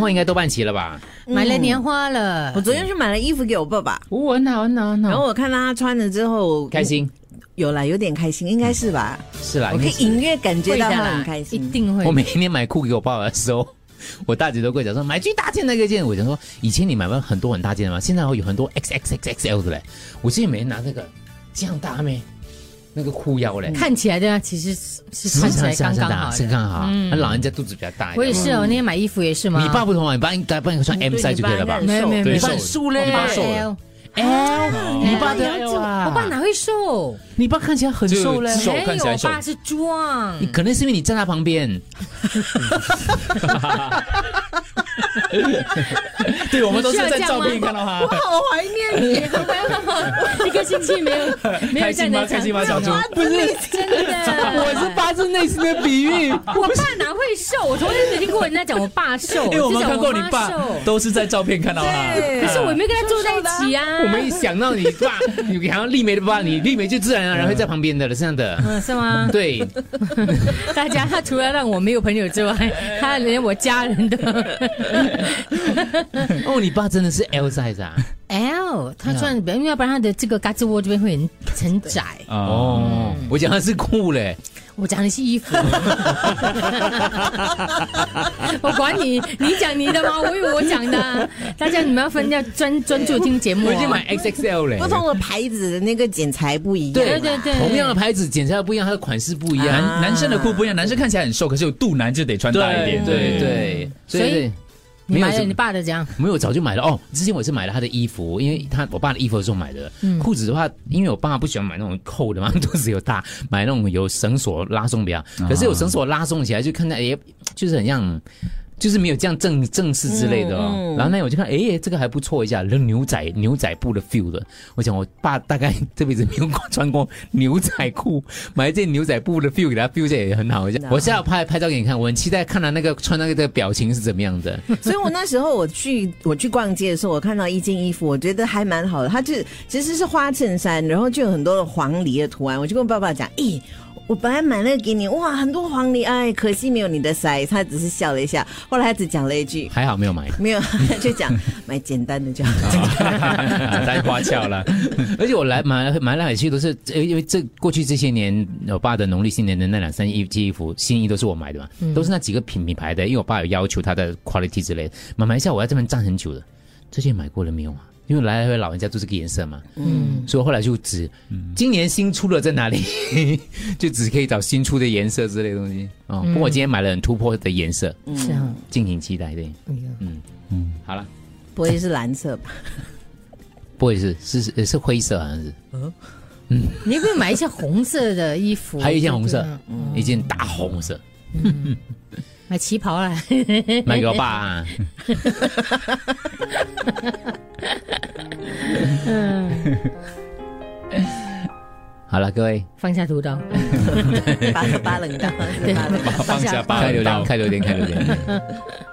货应该都办齐了吧？买了啊年花了嗯我，昨天去买了衣服给我爸爸，哦，很好，很好，很嗯然后好，我看到他穿了之后开，心嗯有啦，有点开心，应该是吧？是啦。我因可以为是隐约感觉会到的他啦，很开心一。定会。我每天买裤给我爸爸的时候，我大姐都跟我讲说买最大件那个件。我想说，以前你买完很多很大件的嘛，现在有很多 X X X X L 的嘞。我之前每天拿那个这样大咩，那个裤腰嘞，看起来对啊，其实是是实穿际起上来是很刚刚大，好的是。刚好。那老人家肚子比较大一点。我也是，哦我那天买衣服也是嘛。你爸不同啊，你爸应该爸应该穿 M 对 size 就可以了吧你爸应该很没有没有对没有瘦，瘦很瘦嘞，我你爸爸瘦瘦了了。哎，你爸的哎呦 L 啊，我爸哪会瘦？哎你爸看起来很瘦嘞就，瘦没看有，起来我瘦爸是壮。 嗯你可能是因为你站他旁 边。对，我们都是在照片看到他。好怀念你，一个星期没有没有开站心在吗？开场心吗？小猪，不是真的， 我是发自内心的比 喻，我爸哪会瘦？我从来没有听过人家讲我爸瘦，因为我至们少看过你妈爸瘦。，啊都是在照片看到他。啊可是我没跟他住在一起啊，我们一想到你爸，你然后丽梅的爸，你丽梅就自然而然会在旁边的了，这样的。 嗯是吗？对，大家他除了让我没有朋友 之外，他连我家人都哦，你爸真的是 L size 啊？ L，他穿，因为要不然他的这个胳肢窝这边会很很窄。哦，哦，我讲他是酷嘞，我讲的是 衣服，我管你，你讲你的吗？我有我讲的啊，大家你们要分要专专注听节目我啊。已经买 XXL 嘞。不同的牌子的那个剪裁不一样。对对对，同样的牌子剪裁不一样，它的款式不一样。啊男男生的裤不一样，男生看起来很瘦，可是有肚腩就得穿大一点。对对，所所以以你没买有了是你爸的这样，没有早就买了哦。之前我是买了他的衣服，因为他我爸的衣服的时候买的。裤子的话，因为我爸不喜欢买那种扣的嘛，肚子有大，买那种有绳索拉松比较。可是有绳索拉松起来，就看到哎，就是很像。就是没有这样正正式之类的哦，然后那天我就看，哎，这个还不错一下，那牛仔牛仔布的 feel 的。我想我爸大概这辈子没有穿过牛仔裤，买一件牛仔布的 feel 给他 feel 一下也很好一下。我下午拍拍照给你看，我很期待看他那个穿那个的表情是怎么样的。所以我那时候我去我去逛街的时候，我看到一件衣服，我觉得还蛮好的，它就其实是花衬衫，然后就有很多的黄梨的图案。我就跟我爸爸讲，咦、我本来买那个给你，哇，很多黄梨，哎，可惜没有你的 size。他只是笑了一下，后来他只讲了一句，还好没有买。没有，他就讲买简单的就好。 太花俏了。而且我来马来马来海去都是，呃因为这过去这些年，我爸的农历新年的那两三衣件衣服新衣都是我买的嘛，嗯都是那几个品品牌的，因为我爸有要求他的 quality 之类的。买马来西亚我在这边站很久的，这件买过了没有啊？因为来来回老人家都这个颜色嘛，嗯，所以我后来就只，嗯今年新出的在哪里， 就只可以找新出的颜色之类的东西。哦，不过我今天买了很突破的颜色，是啊，敬请期待。对，哎呦好了，不会是蓝色吧？ 不会是是是是灰色好像是，你有没有买一些红色的衣服？还有一件红色对啊，一件大红色。买旗袍啊啦。买给我爸、啊。好了，各位， 放下屠刀，八八冷的，八冷的。放下开八榴流莲，浪，开榴莲，开榴莲。